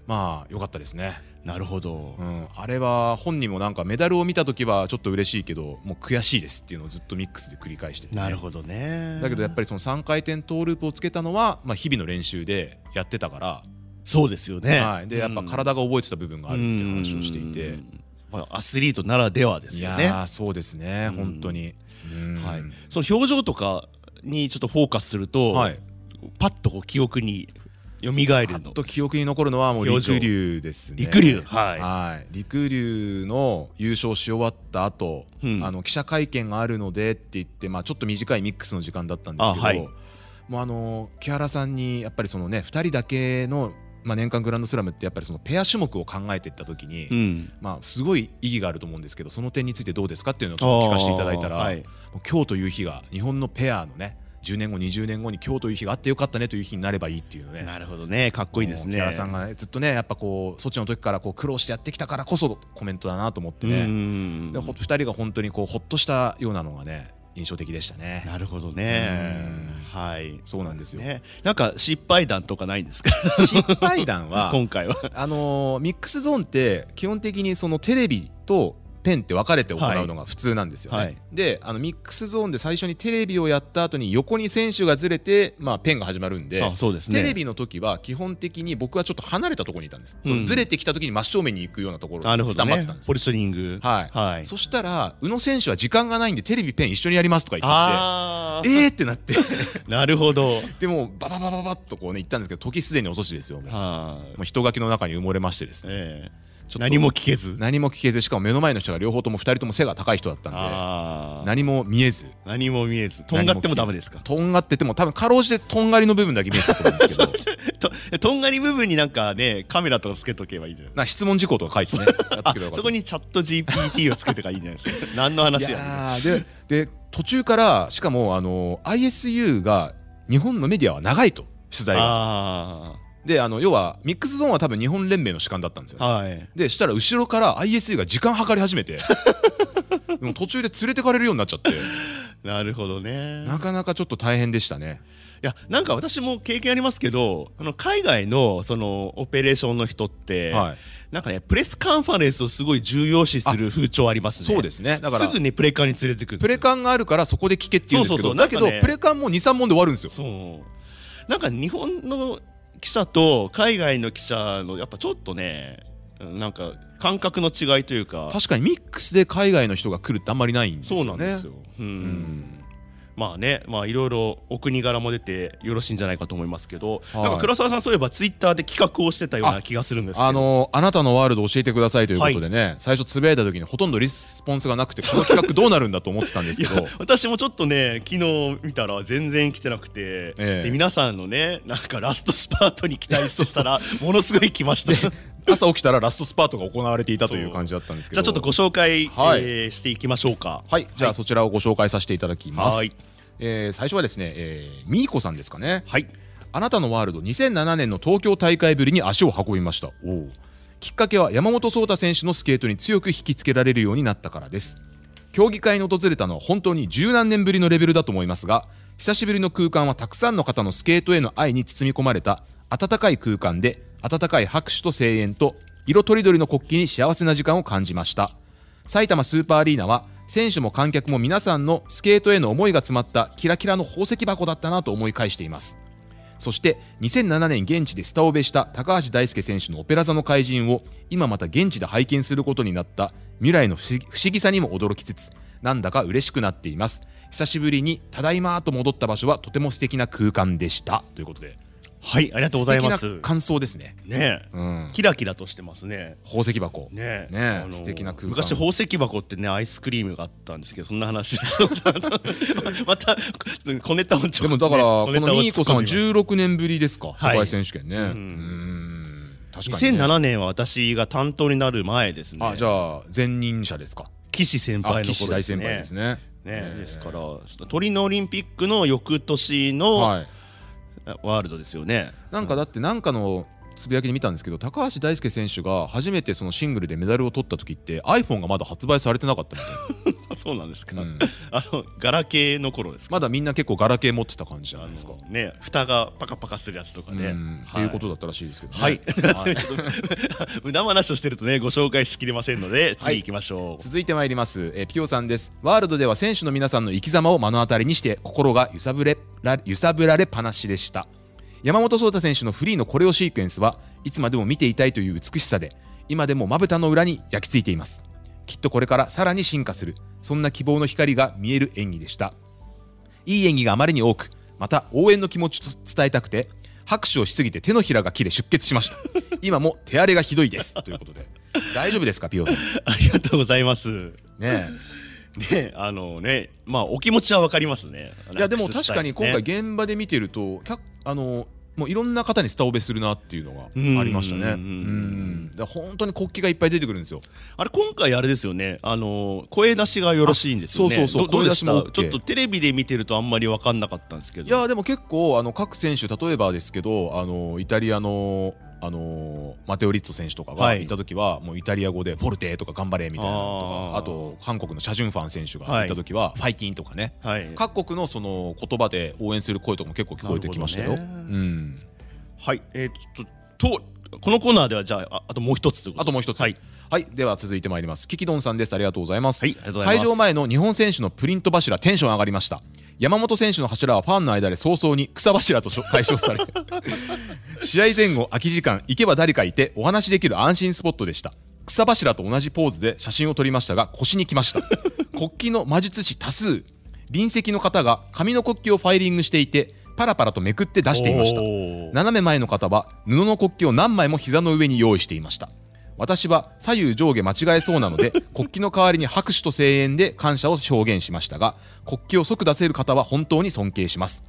Speaker 2: まあ良かったですね、
Speaker 1: なるほど
Speaker 2: う。ん、あれは本人もなんかメダルを見た時はちょっと嬉しいけどもう悔しいですっていうのをずっとミックスで繰り返しててね、
Speaker 1: なるほどね。
Speaker 2: だけどやっぱ
Speaker 1: り
Speaker 2: りその3回転トーループをつけたのは、まあ、日々の練習でやってたから、
Speaker 1: そうですよね。
Speaker 2: はい、でやっぱ体が覚えてた部分があるっていう話をしていて、
Speaker 1: うん、まあアスリートならではです
Speaker 2: い
Speaker 1: よ
Speaker 2: や
Speaker 1: ね。
Speaker 2: ーそうですね、
Speaker 1: うん
Speaker 2: 本当にうん
Speaker 1: はい、その表情とかにちょっとフォーカスすると、
Speaker 2: はい、
Speaker 1: パッとこう記憶に蘇る
Speaker 2: パッ
Speaker 1: の
Speaker 2: と記憶に残るのはもう
Speaker 1: 表情
Speaker 2: 陸流ですね
Speaker 1: 陸流はい、
Speaker 2: はい、陸流の優勝し終わった後、
Speaker 1: うん
Speaker 2: あの記者会見があるのでって言って、まあ、ちょっと短いミックスの時間だったんですけど
Speaker 1: あはい
Speaker 2: もうあの木原さんにやっぱりそのね2人だけの、まあ、年間グランドスラムってやっぱりそのペア種目を考えていった時に、
Speaker 1: うん、
Speaker 2: まあ、すごい意義があると思うんですけどその点についてどうですかっていうのをちょっと聞かせていただいたら、
Speaker 1: あーはい
Speaker 2: もう今日という日が日本のペアのね10年後20年後に今日という日があってよかったねという日になればいいっていうのね。
Speaker 1: なるほどねかっこいいですね
Speaker 2: 木原さんがねずっとねやっぱこうソチの時からこう苦労してやってきたからこそコメントだなと思って
Speaker 1: う
Speaker 2: ね、
Speaker 1: ん
Speaker 2: でほ2人が本当にこうほっとしたようなのがね印象的でしたね。
Speaker 1: なるほどね
Speaker 2: うん
Speaker 1: はい
Speaker 2: そうなんですよ、
Speaker 1: ね、なんか失敗談とかないんですか
Speaker 2: 失敗談 は
Speaker 1: 今回は
Speaker 2: あのーミックスゾーンって基本的にそのテレビとペンって分かれて行うのが普通なんですよね。
Speaker 1: はい
Speaker 2: であのミックスゾーンで最初にテレビをやった後に横に選手がずれて、まあ、ペンが始まるんで。
Speaker 1: あそうですね
Speaker 2: テレビの時は基本的に僕はちょっと離れたところにいたんです、その
Speaker 1: うん
Speaker 2: ずれてきた時に真正面に行くようなところ
Speaker 1: なるほ
Speaker 2: ス
Speaker 1: ど
Speaker 2: タンバって
Speaker 1: ね
Speaker 2: たんです
Speaker 1: ポジショニング
Speaker 2: はい
Speaker 1: はい
Speaker 2: そしたら宇野選手は時間がないんでテレビペン一緒にやりますとか言って
Speaker 1: あ
Speaker 2: きてえーってなって
Speaker 1: ーなるほど
Speaker 2: でもバババババッとこうね行ったんですけど時すでに遅しですよもう
Speaker 1: は
Speaker 2: もう人垣の中に埋もれましてですね
Speaker 1: ええ
Speaker 2: ちょっと
Speaker 1: 何も聞けず
Speaker 2: 何も聞けずしかも目の前の人が両方とも2人とも背が高い人だったん
Speaker 1: あ
Speaker 2: で
Speaker 1: ー
Speaker 2: 何も見えず
Speaker 1: 何も見えずとんがってもダメですか
Speaker 2: とんがってても多分かろうじてとんがりの部分だけ見えてたと思うん ですけど
Speaker 1: ととんがり部分になんかねカメラとかつけとけばいいじゃない
Speaker 2: なんか質問事項とか 書いてねやって
Speaker 1: あ
Speaker 2: くればよかった
Speaker 1: そこにチャット GPT をつけてかいいんじゃない ですか何の話
Speaker 2: い
Speaker 1: やねん
Speaker 2: やーでで途中からしかもあの ISU が日本のメディアは長いと取材が
Speaker 1: あ
Speaker 2: であの要はミックスゾーンは多分日本連盟の主観だったんですよ、
Speaker 1: あはい
Speaker 2: でしたら後ろから ISU が時間計り始めて でも途中で連れてかれるようになっちゃって
Speaker 1: なるほどね
Speaker 2: なかなかちょっと大変でしたね
Speaker 1: いやなんか私も経験ありますけどあの海外のそのオペレーションの人って、
Speaker 2: はい
Speaker 1: なんかねプレスカンファレンスをすごい重要視する風潮ありますね
Speaker 2: そうですねだから
Speaker 1: すぐねプレカンに連れてくるんです
Speaker 2: プ
Speaker 1: よ
Speaker 2: レカンがあるからそこで聞けって言うんですけど
Speaker 1: そうそうそう
Speaker 2: だけど、
Speaker 1: なんかね
Speaker 2: プレカンも23問で終わるんですよ
Speaker 1: そうなんか日本の記者と海外の記者のやっぱちょっとねなんか感覚の違いというか
Speaker 2: 確かにミックスで海外の人が来るってあんまりないんですよ
Speaker 1: そ
Speaker 2: ね
Speaker 1: うなんですよ、うん
Speaker 2: うん
Speaker 1: まあねまあいろいろお国柄も出てよろしいんじゃないかと思いますけど、
Speaker 2: はい
Speaker 1: なんか倉沢さんそういえばツイッターで企画をしてたような気がするんですけど
Speaker 2: あのあなたのワールド教えてくださいということでね、最初つぶやいた時にほとんどリスポンスがなくてこの企画どうなるんだと思ってたんです
Speaker 1: い
Speaker 2: け
Speaker 1: や
Speaker 2: ど
Speaker 1: 私もちょっとね昨日見たら全然来てなくて、
Speaker 2: ええ
Speaker 1: で皆さんのねなんかラストスパートに期待してたらものすごい来ました じ
Speaker 2: 朝起きたらラストスパートが行われていたという感じだったんですけ
Speaker 1: ゃ
Speaker 2: ど
Speaker 1: あちょっとご紹介、
Speaker 2: はい
Speaker 1: えーしていきましょうか
Speaker 2: はいじゃあそちらをご紹介させていただきます、
Speaker 1: はい
Speaker 2: えー最初はですね、えー、みーこさんですかね
Speaker 1: はい
Speaker 2: あなたのワールド2007年の東京大会ぶりに足を運びましたきっかけは山本草太選手のスケートに強く引きつけられるようになったからです競技会に訪れたのは本当に十何年ぶりのレベルだと思いますが久しぶりの空間はたくさんの方のスケートへの愛に包み込まれた温かい空間で温かい拍手と声援と色とりどりの国旗に幸せな時間を感じました埼玉スーパーアリーナは選手も観客も皆さんのスケートへの思いが詰まったキラキラの宝石箱だったなと思い返していますそして2007年現地でスタオベした高橋大輔選手のオペラ座の怪人を今また現地で拝見することになった未来の不思議不思議さにも驚きつつなんだか嬉しくなっています久しぶりにただいまーと戻った場所はとても素敵な空間でしたということであ
Speaker 1: は
Speaker 2: り
Speaker 1: いありがとうございますね
Speaker 2: 感想ですね
Speaker 1: え
Speaker 2: うん
Speaker 1: キラキラとしてますね
Speaker 2: 宝石箱
Speaker 1: ねえ
Speaker 2: ねえ
Speaker 1: あの
Speaker 2: 素敵な空間
Speaker 1: 昔宝石箱ってねアイスクリームがあったんですけどそんな話 また小ネタをち
Speaker 2: で
Speaker 1: ょ
Speaker 2: も
Speaker 1: っ
Speaker 2: だ
Speaker 1: とね
Speaker 2: からこ
Speaker 1: 小ネタを突っ込み
Speaker 2: の
Speaker 1: ました
Speaker 2: ミーコさんは16年ぶりですか世
Speaker 1: い
Speaker 2: 界選手権ねう
Speaker 1: うん
Speaker 2: ん確かにね
Speaker 1: 2007年は私が担当になる前ですね
Speaker 2: あじゃあ前任者ですか
Speaker 1: 岸先
Speaker 2: あ
Speaker 1: 輩の
Speaker 2: 岸
Speaker 1: 頃
Speaker 2: 大
Speaker 1: です
Speaker 2: 先
Speaker 1: ね
Speaker 2: 輩ですね
Speaker 1: ね、ですから
Speaker 2: は
Speaker 1: トリノオリンピックの翌年の
Speaker 2: い
Speaker 1: ワールドですよ ね。
Speaker 2: なんかだってなんかのつぶやきで見たんですけど高橋大輔選手が初めてそのシングルでメダルを取った時って iPhone がまだ発売されてなかったみ
Speaker 1: あそうなんです
Speaker 2: たい
Speaker 1: か。
Speaker 2: な、
Speaker 1: あのガラケーの頃ですか。
Speaker 2: まだみんな結構ガラケー持ってた感じじゃないですか。
Speaker 1: あのね、蓋がパカパカするやつとかね。
Speaker 2: うんって
Speaker 1: は
Speaker 2: いうことだったらしいですけどね。
Speaker 1: はい、
Speaker 2: はい
Speaker 1: ちょっと 無駄話をしてるとねご紹介しきれませんので次行きましょう、
Speaker 2: 続いてまいります、えーピオさんですワールドでは選手の皆さんの生き様を目の当たりにして心が揺さぶれら揺さぶられっぱなしでした山本草太選手のフリーのコレオシークエンスはいつまでも見ていたいという美しさで今でもまぶたの裏に焼き付いていますきっとこれからさらに進化するそんな希望の光が見える演技でしたいい演技があまりに多くまた応援の気持ちを伝えたくて拍手をしすぎて手のひらが切れ出血しました今も手荒れがひどいですということで大丈夫ですかピオさんね
Speaker 1: ありがとうございます。
Speaker 2: え
Speaker 1: ね、あのね、まあお気持ちはわかりますね。
Speaker 2: いやでも確かに今回
Speaker 1: ね
Speaker 2: 現場で見てると客あのもういろんな方にスタオベするなっていうの
Speaker 1: うん
Speaker 2: がありましたね。
Speaker 1: う
Speaker 2: うんんだから本当に国旗がいっぱい出てくるんですよ。
Speaker 1: あれ今回あれですよね。あの声出しがよろしいんですよね。
Speaker 2: あそうそうそう
Speaker 1: どどうでした
Speaker 2: 声出しも OK
Speaker 1: ちょっとテレビで見てるとあんまりわかんなかったんですけど。
Speaker 2: いやでも結構あの各選手例えばですけどあのイタリアのあのマテオリッツォ選手とか
Speaker 1: は
Speaker 2: が
Speaker 1: い
Speaker 2: 行った時はもうイタリア語で「フォルテ」とか「頑張れ」みたいなの
Speaker 1: あ
Speaker 2: と
Speaker 1: ー
Speaker 2: かあと韓国のチャ・ジュンファン選手が行った時は「ファイティン」とかね
Speaker 1: はい。
Speaker 2: 各国のその言葉で応援する声とかも結構聞こえてきましたよ。
Speaker 1: な
Speaker 2: う
Speaker 1: るほどね
Speaker 2: ん
Speaker 1: はい。えーちょっととこのコーナーではじゃあああともう一つということ
Speaker 2: あ
Speaker 1: で。
Speaker 2: ともう一つ
Speaker 1: はい。
Speaker 2: はいでは続いてまいりますキキドンさんですありがとうございます
Speaker 1: はい。ありがとうござい
Speaker 2: 会
Speaker 1: ます。
Speaker 2: 場前の日本選手のプリント柱テンション上がりました山本選手の柱はファンの間で早々に草柱と解 消され試合前後空き時間行けば誰かいてお話できる安心スポットでした草柱と同じポーズで写真を撮りましたが腰に来 ました国旗の魔術師多数隣席の方が紙の国旗をファイリングしていてパラパラとめくって出していました
Speaker 1: おー
Speaker 2: 斜め前の方は布の国旗を何枚も膝の上に用意していました私は左右上下間違えそうなの で国旗の代わりに拍手と声援で感謝を表現しましたが国旗を即出せる方は本当に尊敬します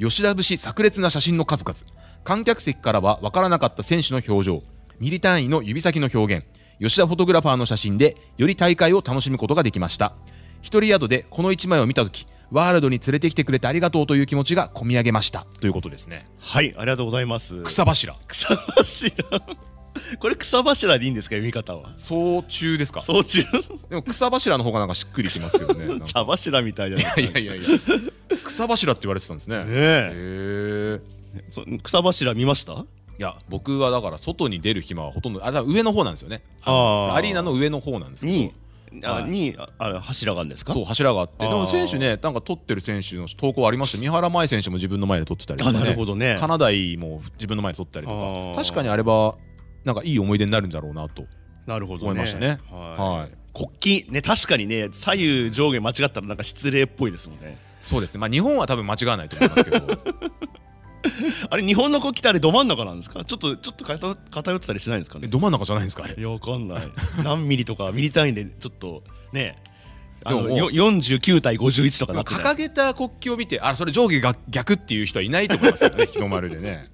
Speaker 2: 吉田節炸裂な写真の数々観客席からは分からなかった選手の表情ミリ単位の指先の表現吉田フォトグラファーの写真でより大会を楽しむことができました一人宿でこの1枚を見た時ワールドに連れてきてくれてありがとうという気持ちがこみ上げましたということですね
Speaker 1: はい。ありがとうございます。
Speaker 2: 草柱
Speaker 1: 草柱。 これ草柱でいいんですか読み方は。
Speaker 2: 総中ですか
Speaker 1: 総中
Speaker 2: でも草柱の方がなんかしっくりきますけど ねなんか
Speaker 1: 茶柱みた いじゃないです
Speaker 2: いや
Speaker 1: か
Speaker 2: いやいや草柱って言われてたんですね
Speaker 1: ね
Speaker 2: へ
Speaker 1: え
Speaker 2: え
Speaker 1: そ草柱見ました
Speaker 2: いや僕はだから外に出る暇はほとんどあだから上の方なんですよね
Speaker 1: あー
Speaker 2: アリーナの上の方なんですけど
Speaker 1: に、あ
Speaker 2: はい
Speaker 1: にああ柱があるんですか
Speaker 2: そう柱があって
Speaker 1: あー
Speaker 2: でも選手ねなんか撮ってる選手の投稿ありました三原舞依選手も自分の前で撮ってたりと
Speaker 1: あ
Speaker 2: か、ね、
Speaker 1: なるほどね
Speaker 2: カナダイも自分の前で撮ったり
Speaker 1: あ
Speaker 2: と
Speaker 1: ー
Speaker 2: か確かにあればなんかいい思い出になるんだろうなと
Speaker 1: なるほどね
Speaker 2: 思いましたね
Speaker 1: は
Speaker 2: はい
Speaker 1: い、国旗ね確かにね左右上下間違ったらなんか失礼っぽいですもんね
Speaker 2: そうですねまあ日本は多分間違わないと思いますけど
Speaker 1: あれ日本の国旗ってあれど真ん中なんですかちょっとちょっと偏偏ってたりしないんですか
Speaker 2: え
Speaker 1: ね
Speaker 2: ど真ん中じゃないんですかあれ
Speaker 1: いやわかん ない何ミリとかミリ単位でちょっとねあの
Speaker 2: で
Speaker 1: よ
Speaker 2: も
Speaker 1: 49対51とか
Speaker 2: で
Speaker 1: な
Speaker 2: も
Speaker 1: ってない
Speaker 2: 掲げた国旗を見てあそれ上下が逆っていう人はいないと思いますよ ね日の丸でね、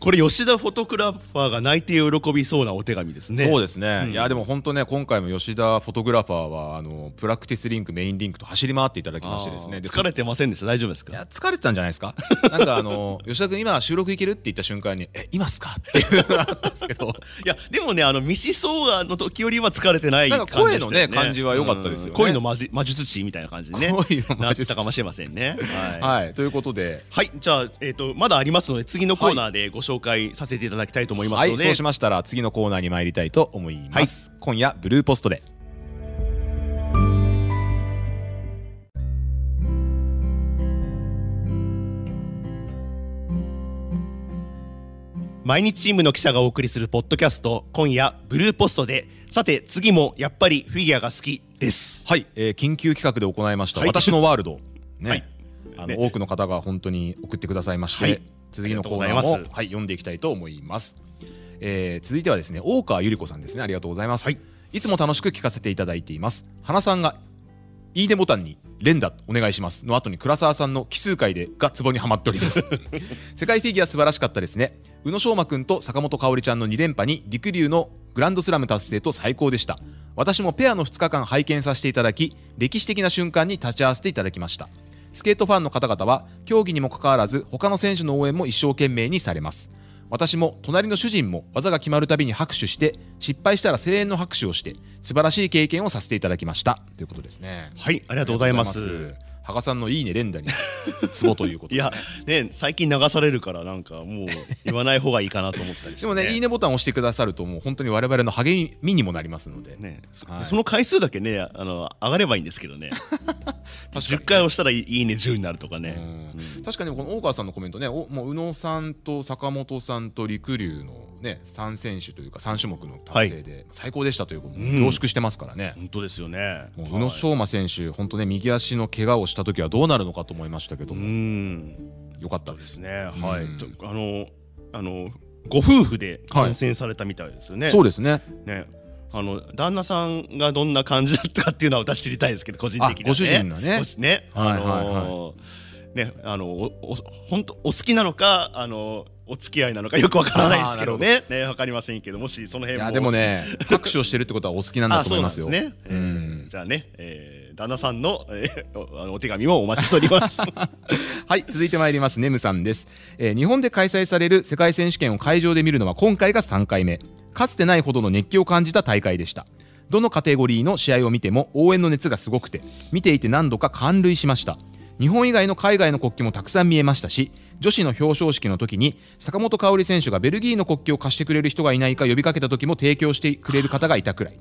Speaker 1: これ吉田フォトグラファーが泣いて喜びそうなお手紙ですね
Speaker 2: そう
Speaker 1: で
Speaker 2: です ね、
Speaker 1: うん
Speaker 2: いやでも本当ね今回も吉田フォトグラファーはあのプラクティスリンクメインリンクと走り回っていただきましてですねで
Speaker 1: 疲れてませんでした大丈夫です
Speaker 2: いや
Speaker 1: か
Speaker 2: 疲れてたんじゃないですか なんかあの吉田君今収録行けるって言った瞬間に「え今っすか?」っていうのがあったんです けど
Speaker 1: いやでもねあのミシソーガの時よりは疲れてない
Speaker 2: なん
Speaker 1: 感
Speaker 2: か
Speaker 1: じでしたよね
Speaker 2: 声のね感じは良かったですよね
Speaker 1: うん恋の魔術魔術師みたいな感じでね
Speaker 2: こういうの
Speaker 1: な
Speaker 2: マ
Speaker 1: っ
Speaker 2: ジ
Speaker 1: てたかもしれませんねはい、はい
Speaker 2: はいということで
Speaker 1: じゃあ、えー、とまだありますので次のコーナーでご紹介させていただきたいと思いま
Speaker 2: は
Speaker 1: すの
Speaker 2: い
Speaker 1: で、
Speaker 2: そうしましたら次のコーナーに参りたいと思います、今夜ブルーポストで
Speaker 1: 毎日チームの記者がお送りするポッドキャスト今夜ブルーポストでさて次もやっぱりフィギュアが好きです
Speaker 2: はい、えー緊急企画で行いました「
Speaker 1: はい
Speaker 2: 私のワールド」ね、
Speaker 1: はい
Speaker 2: あの
Speaker 1: ね
Speaker 2: 多くの方が本当に送ってくださいまして、
Speaker 1: はい
Speaker 2: 次のコー
Speaker 1: あり
Speaker 2: ナ
Speaker 1: がとうござ
Speaker 2: ー
Speaker 1: い
Speaker 2: も
Speaker 1: ま
Speaker 2: はい、読んでいきたいと思います、えー続いてはですね大川ゆり子さんですねありがとうございます、
Speaker 1: はい
Speaker 2: い、つも楽しく聞かせていただいています花さんが「いいねボタンに連打お願いします」の後に倉沢さんの奇数回でがツボにはまっております 世界フィギュア素晴らしかったですね宇野昌磨君と坂本香織ちゃんの2連覇にりくりゅうのグランドスラム達成と最高でした私もペアの2日間拝見させていただき歴史的な瞬間に立ち会わせていただきましたスケートファンの方々は競技にもかかわらず他の選手の応援も一生懸命にされます私も隣の主人も技が決まるたびに拍手して失敗したら声援の拍手をして素晴らしい経験をさせていただきましたということですね
Speaker 1: はいあり
Speaker 2: あ
Speaker 1: がとうございま
Speaker 2: りがとうござ
Speaker 1: す
Speaker 2: います羽賀さんのいいね連打にツボというこ と
Speaker 1: い
Speaker 2: で
Speaker 1: やね最近流されるからなんかもう言わない方がいいかなと思ったりして
Speaker 2: でもねいいねボタンを押してくださるともう本当に我々の励みにもなりますので
Speaker 1: ねそ
Speaker 2: はい
Speaker 1: その回数だけねあの上がればいいんですけど ね
Speaker 2: 確かに
Speaker 1: 10回押したらいいいいね10になるとかね、
Speaker 2: うん確かにこの大川さんのコメントねおもう宇野さんと坂本さんとりくりゅうのね、3選手というか3種目の達成で、最高でしたということも
Speaker 1: うん
Speaker 2: 凝縮してますからね。
Speaker 1: 本当ですよね。
Speaker 2: もう宇野昌磨選手、本当ね、右足の怪我をした時はどうなるのかと思いましたけど
Speaker 1: う
Speaker 2: も、
Speaker 1: ん。
Speaker 2: よかったで。
Speaker 1: ですすね。は
Speaker 2: うん
Speaker 1: い。ちょあのあのご夫婦で感染されたみたいですよね。
Speaker 2: そうですね。
Speaker 1: ね。あの旦那さんがどんな感じだったかっていうのは私知りたいですけど個人
Speaker 2: あ、
Speaker 1: 的にはね。
Speaker 2: ご主人のね
Speaker 1: も。しね、
Speaker 2: はい
Speaker 1: あのーね、あのおお本当お好きなのか、あのお付き合いなのかよくわからないですけどね、ねわかりませんけど、もしその辺
Speaker 2: い
Speaker 1: も
Speaker 2: や、でもね、拍手をしてるってことはお好きなんだ
Speaker 1: あ、
Speaker 2: と
Speaker 1: そうな
Speaker 2: 思いま
Speaker 1: ん
Speaker 2: す
Speaker 1: で
Speaker 2: よ。
Speaker 1: すね。え
Speaker 2: うん
Speaker 1: ーじゃあね、えー旦那さんのえーおあのお手紙をお待ちしており ます。
Speaker 2: はい続いてまいりますネムさんです、えー日本で開催される世界選手権を会場で見るのは今回が3回目かつてないほどの熱気を感じた大会でしたどのカテゴリーの試合を見ても応援の熱がすごくて見ていて何度か感涙しました日本以外の海外の国旗もたくさん見えましたし女子の表彰式の時に坂本花織選手がベルギーの国旗を貸してくれる人がいないか呼びかけた時も提供してくれる方がいたくらい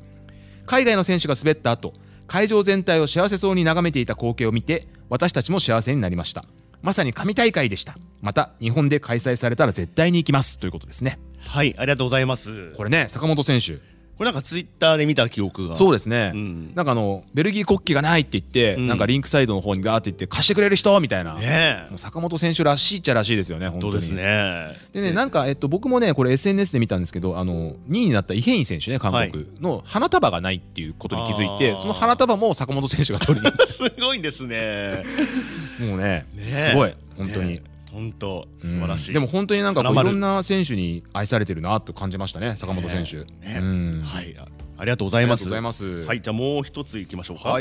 Speaker 2: 海外の選手が滑った後会場全体を幸せそうに眺めていた光景を見て私たちも幸せになりましたまさに神大会でしたまた日本で開催されたら絶対に行きますということですね
Speaker 1: はい、ありがとうございます。こ
Speaker 2: これね坂本選手
Speaker 1: れなんかツイッターで見た記憶が。
Speaker 2: そう
Speaker 1: う
Speaker 2: ですね、
Speaker 1: ん。
Speaker 2: なんかあのベルギー国旗がないって言って、
Speaker 1: うん
Speaker 2: なんかリンクサイドの方にガーって言って貸してくれる人みたいな、
Speaker 1: ね
Speaker 2: もう坂本選手らしいっちゃらしいですよね本当
Speaker 1: 本当
Speaker 2: に
Speaker 1: ですね。
Speaker 2: でね、なんか、えっと、僕もね、これ SNS で見たんですけど、あの、2位になったイ・ヘイン選手ね、韓国の花束がないっていうことに気づいて、
Speaker 1: あー
Speaker 2: その花束も坂本選手が取りに
Speaker 1: すごいんですね。
Speaker 2: もうね
Speaker 1: ねえ
Speaker 2: すごい、本当に。
Speaker 1: ね本当
Speaker 2: うん
Speaker 1: 素晴らしい。
Speaker 2: でも本当になんかこうい
Speaker 1: 花丸
Speaker 2: ろんな選手に愛されてるなと感じましたね坂本選手、
Speaker 1: ね
Speaker 2: うん
Speaker 1: はい、あありがとうご
Speaker 2: あ
Speaker 1: ざい
Speaker 2: りが
Speaker 1: ま
Speaker 2: とう
Speaker 1: す。
Speaker 2: ございますは
Speaker 1: はいい、じゃあもう一ついきましょうか。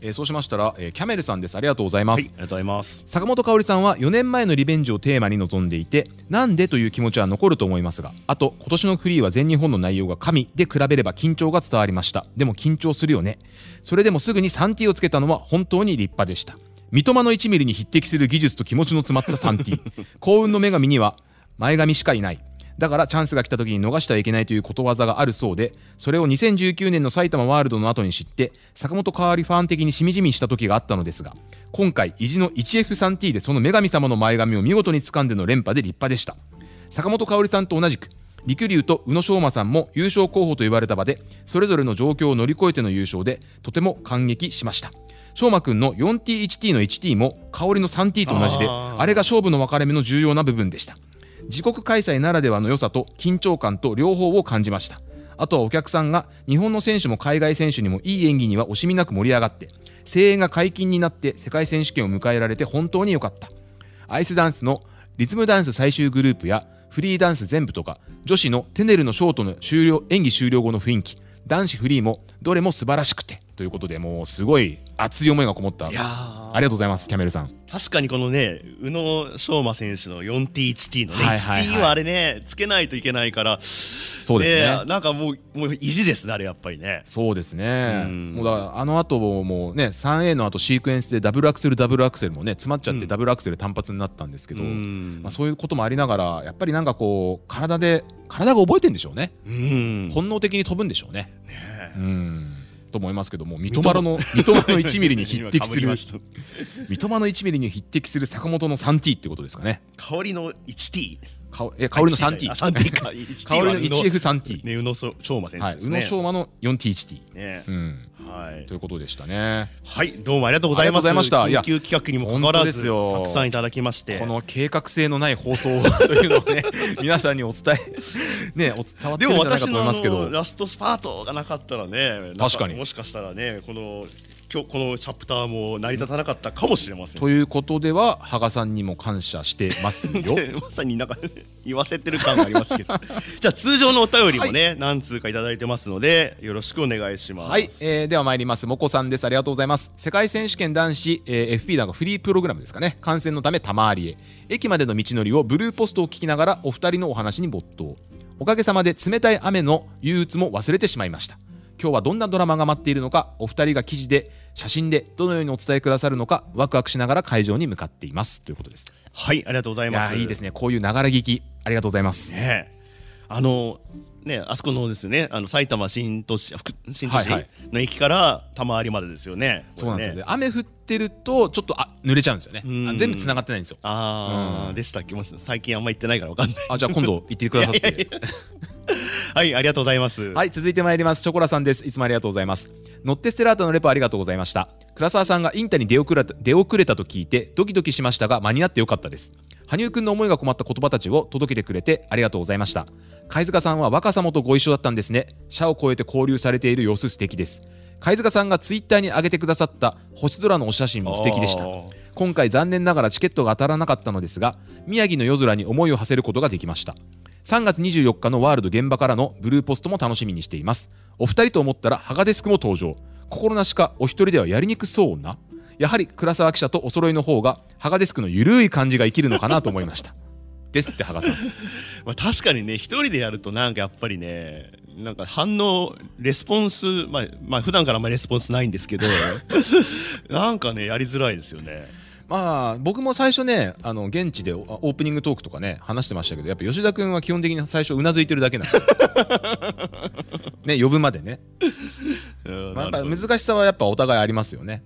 Speaker 2: えーそうしましたら、えーキャメルさんですありがとうございま
Speaker 1: はい、あり
Speaker 2: す、
Speaker 1: がとうございます。
Speaker 2: 坂本香織さんは4年前のリベンジをテーマに臨んでいてなんでという気持ちは残ると思いますがあと今年のフリーは全日本の内容が神で比べれば緊張が伝わりましたでも緊張するよねそれでもすぐに 3T をつけたのは本当に立派でした三笘の1ミリに匹敵する技術と気持ちの詰まった 3T 幸運の女神には前髪しかいないだからチャンスが来た時に逃してはいけないということわざがあるそうでそれを2019年の埼玉ワールドの後に知って坂本香織ファン的にしみじみした時があったのですが今回意地の 1F3T でその女神様の前髪を見事に掴んでの連覇で立派でした坂本香織さんと同じく陸龍と宇野昌磨さんも優勝候補と言われた場でそれぞれの状況を乗り越えての優勝でとても感激しました昌磨君の 4T1T の 1T も香織の 3T と同じで
Speaker 1: あー
Speaker 2: あれが勝負の分かれ目の重要な部分でした自国開催ならではの良さと緊張感と両方を感じましたあとはお客さんが日本の選手も海外選手にもいい演技には惜しみなく盛り上がって声援が解禁になって世界選手権を迎えられて本当に良かったアイスダンスのリズムダンス最終グループやフリーダンス全部とか女子のテネルのショートの終了演技終了後の雰囲気男子フリーもどれも素晴らしくてということでもうすごい熱い思いがこもったあ
Speaker 1: い
Speaker 2: り
Speaker 1: や
Speaker 2: が
Speaker 1: ー
Speaker 2: とうございますキャメルさん
Speaker 1: 確かにこのね宇野昌磨選手の 4T1T のね、
Speaker 2: はいはいはい
Speaker 1: 1T はあれねつけないといけないから
Speaker 2: そうですね
Speaker 1: えーなんかもうもう意地ですねあれやっぱりね
Speaker 2: そうですね、
Speaker 1: うん
Speaker 2: もうだからあの後もね 3A の後シークエンスでダブルアクセルダブルアクセルもね詰まっちゃって
Speaker 1: うん
Speaker 2: ダブルアクセル単発になったんですけど、
Speaker 1: うん
Speaker 2: まあ、そういうこともありながらやっぱりなんかこう体で体が覚えてんでしょうね、
Speaker 1: うん
Speaker 2: 本能的に飛ぶんでしょうね。
Speaker 1: ね
Speaker 2: うんと思いますけども三笘の三笘の1ミリに匹敵す
Speaker 1: 今被りま
Speaker 2: る三
Speaker 1: した
Speaker 2: 笘の1ミリに匹敵する坂本の 3T ってことですかね
Speaker 1: 香りの 1T
Speaker 2: かえ香りの
Speaker 1: あ
Speaker 2: 3T
Speaker 1: 三 T か 1T
Speaker 2: 香りの
Speaker 1: は宇
Speaker 2: 1F3T、
Speaker 1: 野ね宇野昌磨選
Speaker 2: は
Speaker 1: 手
Speaker 2: い、
Speaker 1: で
Speaker 2: 宇
Speaker 1: すね、
Speaker 2: 野昌磨の 4T1T、
Speaker 1: ね
Speaker 2: うん、
Speaker 1: はい
Speaker 2: ということでしたね
Speaker 1: はいどうもありがとうございます
Speaker 2: ありがとうございましたいや
Speaker 1: 緊急企画にもかかわ
Speaker 2: 本当
Speaker 1: ら
Speaker 2: です
Speaker 1: ず
Speaker 2: よ
Speaker 1: たくさんいただきまして
Speaker 2: この計画性のない放送というのを ね皆さんにお伝えねお伝わって
Speaker 1: で
Speaker 2: るん
Speaker 1: も
Speaker 2: じゃな
Speaker 1: 私
Speaker 2: いかと思
Speaker 1: の
Speaker 2: いますけ
Speaker 1: あ
Speaker 2: ど
Speaker 1: のラストスパートがなかったらね
Speaker 2: 確かに
Speaker 1: なんもしかしたらねこの今日このチャプターも成り立たなかったかもしれません
Speaker 2: ということでは羽賀さんにも感謝してます よ
Speaker 1: でまさになんか言わせてる感があります けどじゃあ通常のお便りもね、何通かいただいてますのでよろしくお願いします
Speaker 2: はい、えーでは参ります。もこさんです。ありがとうございます。世界選手権男子、えー FP なんかフリープログラムですかね。観戦のため玉入りへ。駅までの道のりをブルーポストを聞きながらお二人のお話に没頭。おかげさまで冷たい雨の憂鬱も忘れてしまいました。今日はどんなドラマが待っているのか、お二人が記事で、写真でどのようにお伝えくださるのか、ワクワクしながら会場に向かっています。ということです。
Speaker 1: はいありがとうござい
Speaker 2: い
Speaker 1: ま
Speaker 2: や
Speaker 1: す
Speaker 2: ーいいですね。こういうながら聞き、ありがとうございます。
Speaker 1: ねあのねあそこのですねあの埼玉新都市福新都市
Speaker 2: はいはい
Speaker 1: の駅から玉有までですよね。
Speaker 2: そうなんですよ
Speaker 1: これ
Speaker 2: ね
Speaker 1: ね。
Speaker 2: 雨降ってるとちょっとあ濡れちゃうんですよね
Speaker 1: うん
Speaker 2: あ全部繋がってないんですよ
Speaker 1: ああ、
Speaker 2: うん
Speaker 1: でしたっけもう最近あんま行ってないからわかんない。
Speaker 2: あじゃあ今度行ってくださっ
Speaker 1: いやいや
Speaker 2: て
Speaker 1: はいありがとうございます。
Speaker 2: はい続いてまいりますチョコラさんですいつもありがとうございますノッテステラータのレポありがとうございました倉沢さんがインタに出遅れた出遅れたと聞いてドキドキしましたが間に合ってよかったです羽生くんの思いが困った言葉たちを届けてくれてありがとうございました貝塚さんは若様とご一緒だったんですね社を超えて交流されている様子素敵です貝塚さんがツイッターに上げてくださった星空のお写真も素敵でした
Speaker 1: あー
Speaker 2: 今回残念ながらチケットが当たらなかったのですが宮城の夜空に思いを馳せることができました3月24日のワールド現場からのブルーポストも楽しみにしていますお二人と思ったらハガデスクも登場心なしかお一人ではやりにくそうなやはり倉沢記者とお揃いの方がハガデスクのゆるい感じが生きるのかなと思いました ですってハガさん
Speaker 1: まあ確かにね一人でやるとなんかやっぱりねなんか反応レスポンスまあまあ普段からあんまりレスポンスないんですけど なんかねやりづらいですよね。
Speaker 2: まあ僕も最初ねあの現地でオオープニングトークとかね話してましたけどやっぱ吉田君は基本的に最初うなずいてるだけなんでね呼ぶまでね
Speaker 1: うん
Speaker 2: まあ、や
Speaker 1: な
Speaker 2: っぱ
Speaker 1: るほど
Speaker 2: 難しさはやっぱお互いありますよね。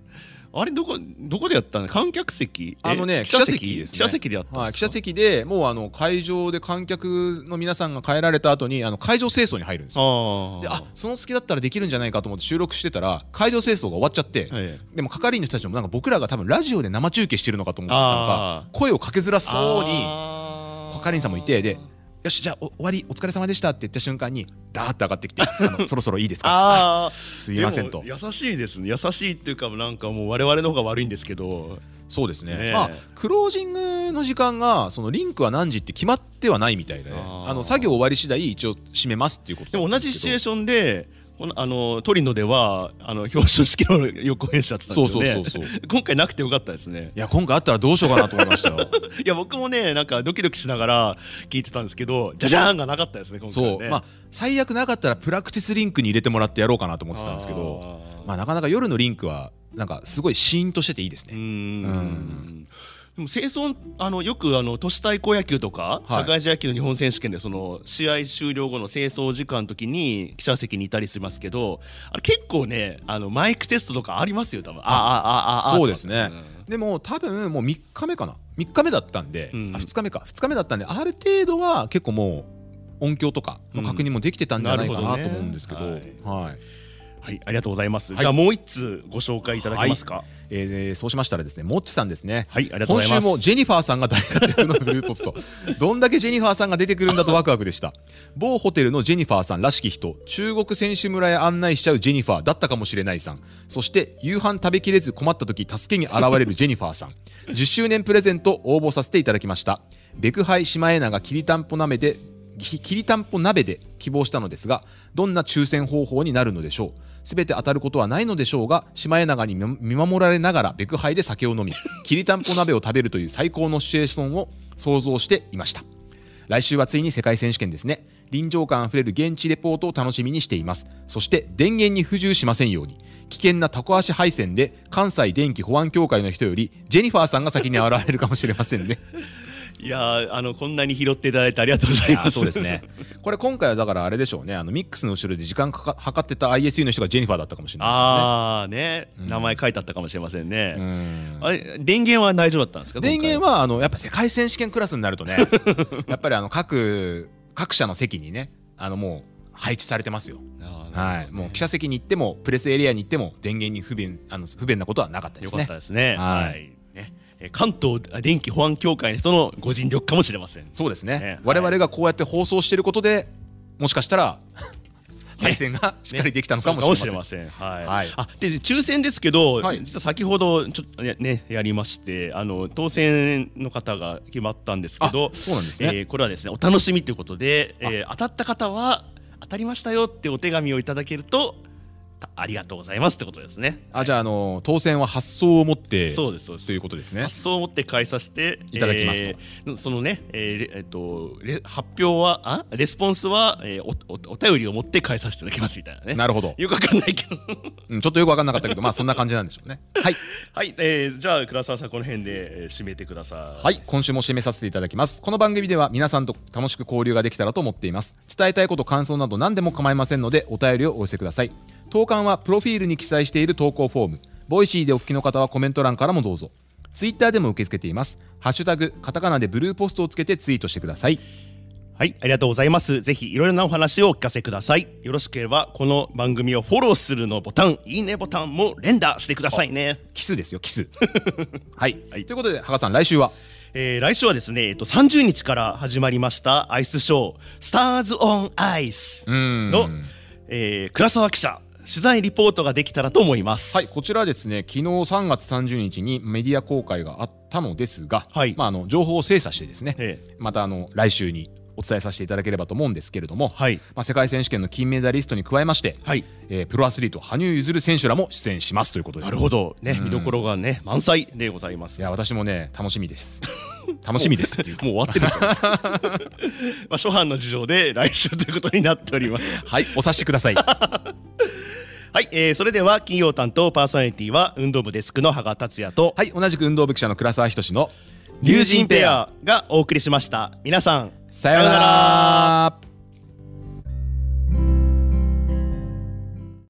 Speaker 1: あれどこどこでやったの観客席え
Speaker 2: あのね
Speaker 1: 記者席
Speaker 2: 記者席
Speaker 1: 記者席で
Speaker 2: ですね
Speaker 1: やったんですか、
Speaker 2: はい、記者席でもうあの会場で観客の皆さんが帰られた後にあの会場清掃に入るんですよ。
Speaker 1: あ
Speaker 2: であその隙だったらできるんじゃないかと思って収録してたら会場清掃が終わっちゃって、
Speaker 1: あ、ええ
Speaker 2: でも係員の人たちもなんか僕らが多分ラジオで生中継してるのかと思ってたの
Speaker 1: あ
Speaker 2: か声をかけづらそうに
Speaker 1: あー
Speaker 2: 係員さんもいてで「よしじゃあお終わりお疲れ様でした」って言った瞬間にダーッと上がってきて「あのそろそろいいですか?」
Speaker 1: ああ
Speaker 2: すいません」と
Speaker 1: 優しいですね優しいっていうかなんかもう我々の方が悪いんですけど
Speaker 2: そうですね
Speaker 1: ねえ
Speaker 2: まあクロージングの時間がそのリンクは何時って決まってはないみたいで
Speaker 1: あ
Speaker 2: あ
Speaker 1: ー
Speaker 2: の作業終わり次第一応締めますっていうこと
Speaker 1: でも同じシチュエー
Speaker 2: シ
Speaker 1: ションでこのあのトリノではあの表彰式の予行演習やってたんですよ
Speaker 2: そう
Speaker 1: ね
Speaker 2: そうそうそうい
Speaker 1: 今回なくてよかったですね
Speaker 2: や今回あったらどうしようかなと思い ましたよ
Speaker 1: いや僕もねなんかドキドキしながら聞いてたんですけどじゃじゃーんがなかったですね今回
Speaker 2: そ
Speaker 1: ね
Speaker 2: うまあ最悪なかったらプラクティスリンクに入れてもらってやろうかなと思ってたんですけど
Speaker 1: あー
Speaker 2: まあなかなか夜のリンクはなんかすごいシーンとしてていいです
Speaker 1: う
Speaker 2: ね
Speaker 1: ん
Speaker 2: うん
Speaker 1: でも生存あのよくあの都市対抗野球とか、
Speaker 2: はい
Speaker 1: 社会人野球の日本選手権でその試合終了後の清掃時間の時に記者席にいたりしますけどあれ結構ねあのマイクテストとかありますよ多分ああああああ
Speaker 2: そうですね
Speaker 1: とか
Speaker 2: でも多分もう3日目かな3日目だったんで、
Speaker 1: うん
Speaker 2: あ2日目か2日目だったんである程度は結構もう音響とかの確認もできてたんじゃないかなと思うんですけど,、
Speaker 1: うんなるほどね
Speaker 2: はい
Speaker 1: はいありがとうございます、
Speaker 2: はい
Speaker 1: じゃあもう一通ご紹介いただけますかはい、
Speaker 2: えーそうしましたらですねモッチさんですね
Speaker 1: ありがとうご
Speaker 2: 今
Speaker 1: ざいます
Speaker 2: 週もジェニファーさんが大活躍のブルーポ ストどんだけジェニファーさんが出てくるんだとワクワクでした某ホテルのジェニファーさんらしき人中国選手村へ案内しちゃうジェニファーだったかもしれないさんそして夕飯食べきれず困った時助けに現れるジェニファーさん10周年プレゼント応募させていただきましたベクハイシマエナがきりたんぽ鍋でききりたんぽ鍋で希望したのですがどんな抽選方法になるのでしょうすべて当たることはないのでしょうがシマエナガに見見守られながらベクハイで酒を飲みきりたんぽ鍋を食べるという最高のシチュエーションを想像していました来週はついに世界選手権ですね臨場感あふれる現地レポートを楽しみにしていますそして電源に不自由しませんように危険なタコ足配線で関西電気保安協会の人よりジェニファーさんが先に現れるかもしれませんね
Speaker 1: いやーあのこんなに拾っていただいてありがとうございます
Speaker 2: これ今回はだからあれでしょうねあのミックスの後ろで時間かか測ってた ISU の人がジェニファーだったかもしれない
Speaker 1: ああね、
Speaker 2: うん
Speaker 1: 名前書いてあったかもしれませんね、
Speaker 2: ですよねうん
Speaker 1: あれ電源は大丈夫だったんですか
Speaker 2: 電源
Speaker 1: は
Speaker 2: はあのやっぱ世界選手権クラスになる とねやっぱりあの各各社の席にねあのもう配置されてますよ、はい、もう記者席に行ってもプレスエリアに行っても電源に不便あの不便なことはなかったで
Speaker 1: よ
Speaker 2: す
Speaker 1: かっ
Speaker 2: ね
Speaker 1: たですね。
Speaker 2: はい
Speaker 1: はい。ね、えー関東電気保安協会の人のご尽力かもしれません。
Speaker 2: そうですね
Speaker 1: ね
Speaker 2: 我々がこうやって放送してることでもしかしたら配線がしっかりできたのかもしれません、
Speaker 1: そうかもしれません
Speaker 2: は
Speaker 1: はいい。あ、で抽選ですけど、
Speaker 2: はい
Speaker 1: 実は先ほどちょっとねねやりまして、あの当選の方が決まったんですけど
Speaker 2: あ、そうなんです
Speaker 1: え
Speaker 2: ね、
Speaker 1: ーこれはですねお楽しみということで、えー当たった方は当たりましたよってお手紙をいただけると。たありがとうございますってことですね。
Speaker 2: あじゃああの当選は発想を持って
Speaker 1: そうですそうです
Speaker 2: ということですね
Speaker 1: 発想を持って返させて
Speaker 2: いただきますと
Speaker 1: えーそのね、えーレえっとレ発表はあレスポンスは、えーおおお便りを持って返させていただきますみたいなね
Speaker 2: なるほど、
Speaker 1: よくわかんないけど
Speaker 2: うん、ちょっとよく分かんなかったけどまあそんな感じなんでしょうねはい
Speaker 1: はい、えーじゃあ倉沢さんこの辺で、えー締めてください
Speaker 2: はい今週も締めさせていただきますこの番組では皆さんと楽しく交流ができたらと思っています伝えたいこと感想など何でも構いませんのでお便りをお寄せください投函はプロフィールに記載している投稿フォームボイシーでお聞きの方はコメント欄からもどうぞツイッターでも受け付けていますハッシュタグカタカナでブルーポストをつけてツイートしてください
Speaker 1: はい、ありがとうございます。ぜひいろいろなお話をお聞かせください。よろしければこの番組をフォローするのボタン、いいねボタンも連打してくださいね。
Speaker 2: キスですよキ スはい、ということで羽賀さん来週は
Speaker 1: えー来週はですね、えっと30日から始まりましたアイスショースターズオンアイス
Speaker 2: うーん
Speaker 1: の、えー倉沢記者取材リポートができたらと思います。
Speaker 2: はい、こちらですね、昨日3月30日にメディア公開があったのですが、
Speaker 1: はい
Speaker 2: まあ、あの情報を精査してですね、
Speaker 1: ええ
Speaker 2: またあの来週にお伝えさせていただければと思うんですけれども、
Speaker 1: はい
Speaker 2: まあ、世界選手権の金メダリストに加えまして、
Speaker 1: はい
Speaker 2: えープロアスリート、羽生結弦選手らも出演しますということで、
Speaker 1: なるほ
Speaker 2: ど
Speaker 1: どね、見どころがね満載でございま
Speaker 2: い
Speaker 1: す。
Speaker 2: や私もね、楽しみです。楽し みですっていう
Speaker 1: もう終わってるから。 まあ初版の事情で来週ということになっております。
Speaker 2: はい、お察しください。
Speaker 1: はい、えーそれでは金曜担当パーソナリティは運動部デスクの羽賀達也と
Speaker 2: はい、同じく運動部記者の倉沢仁の
Speaker 1: 龍神ペアがお送りしました。皆さん
Speaker 2: さようなら。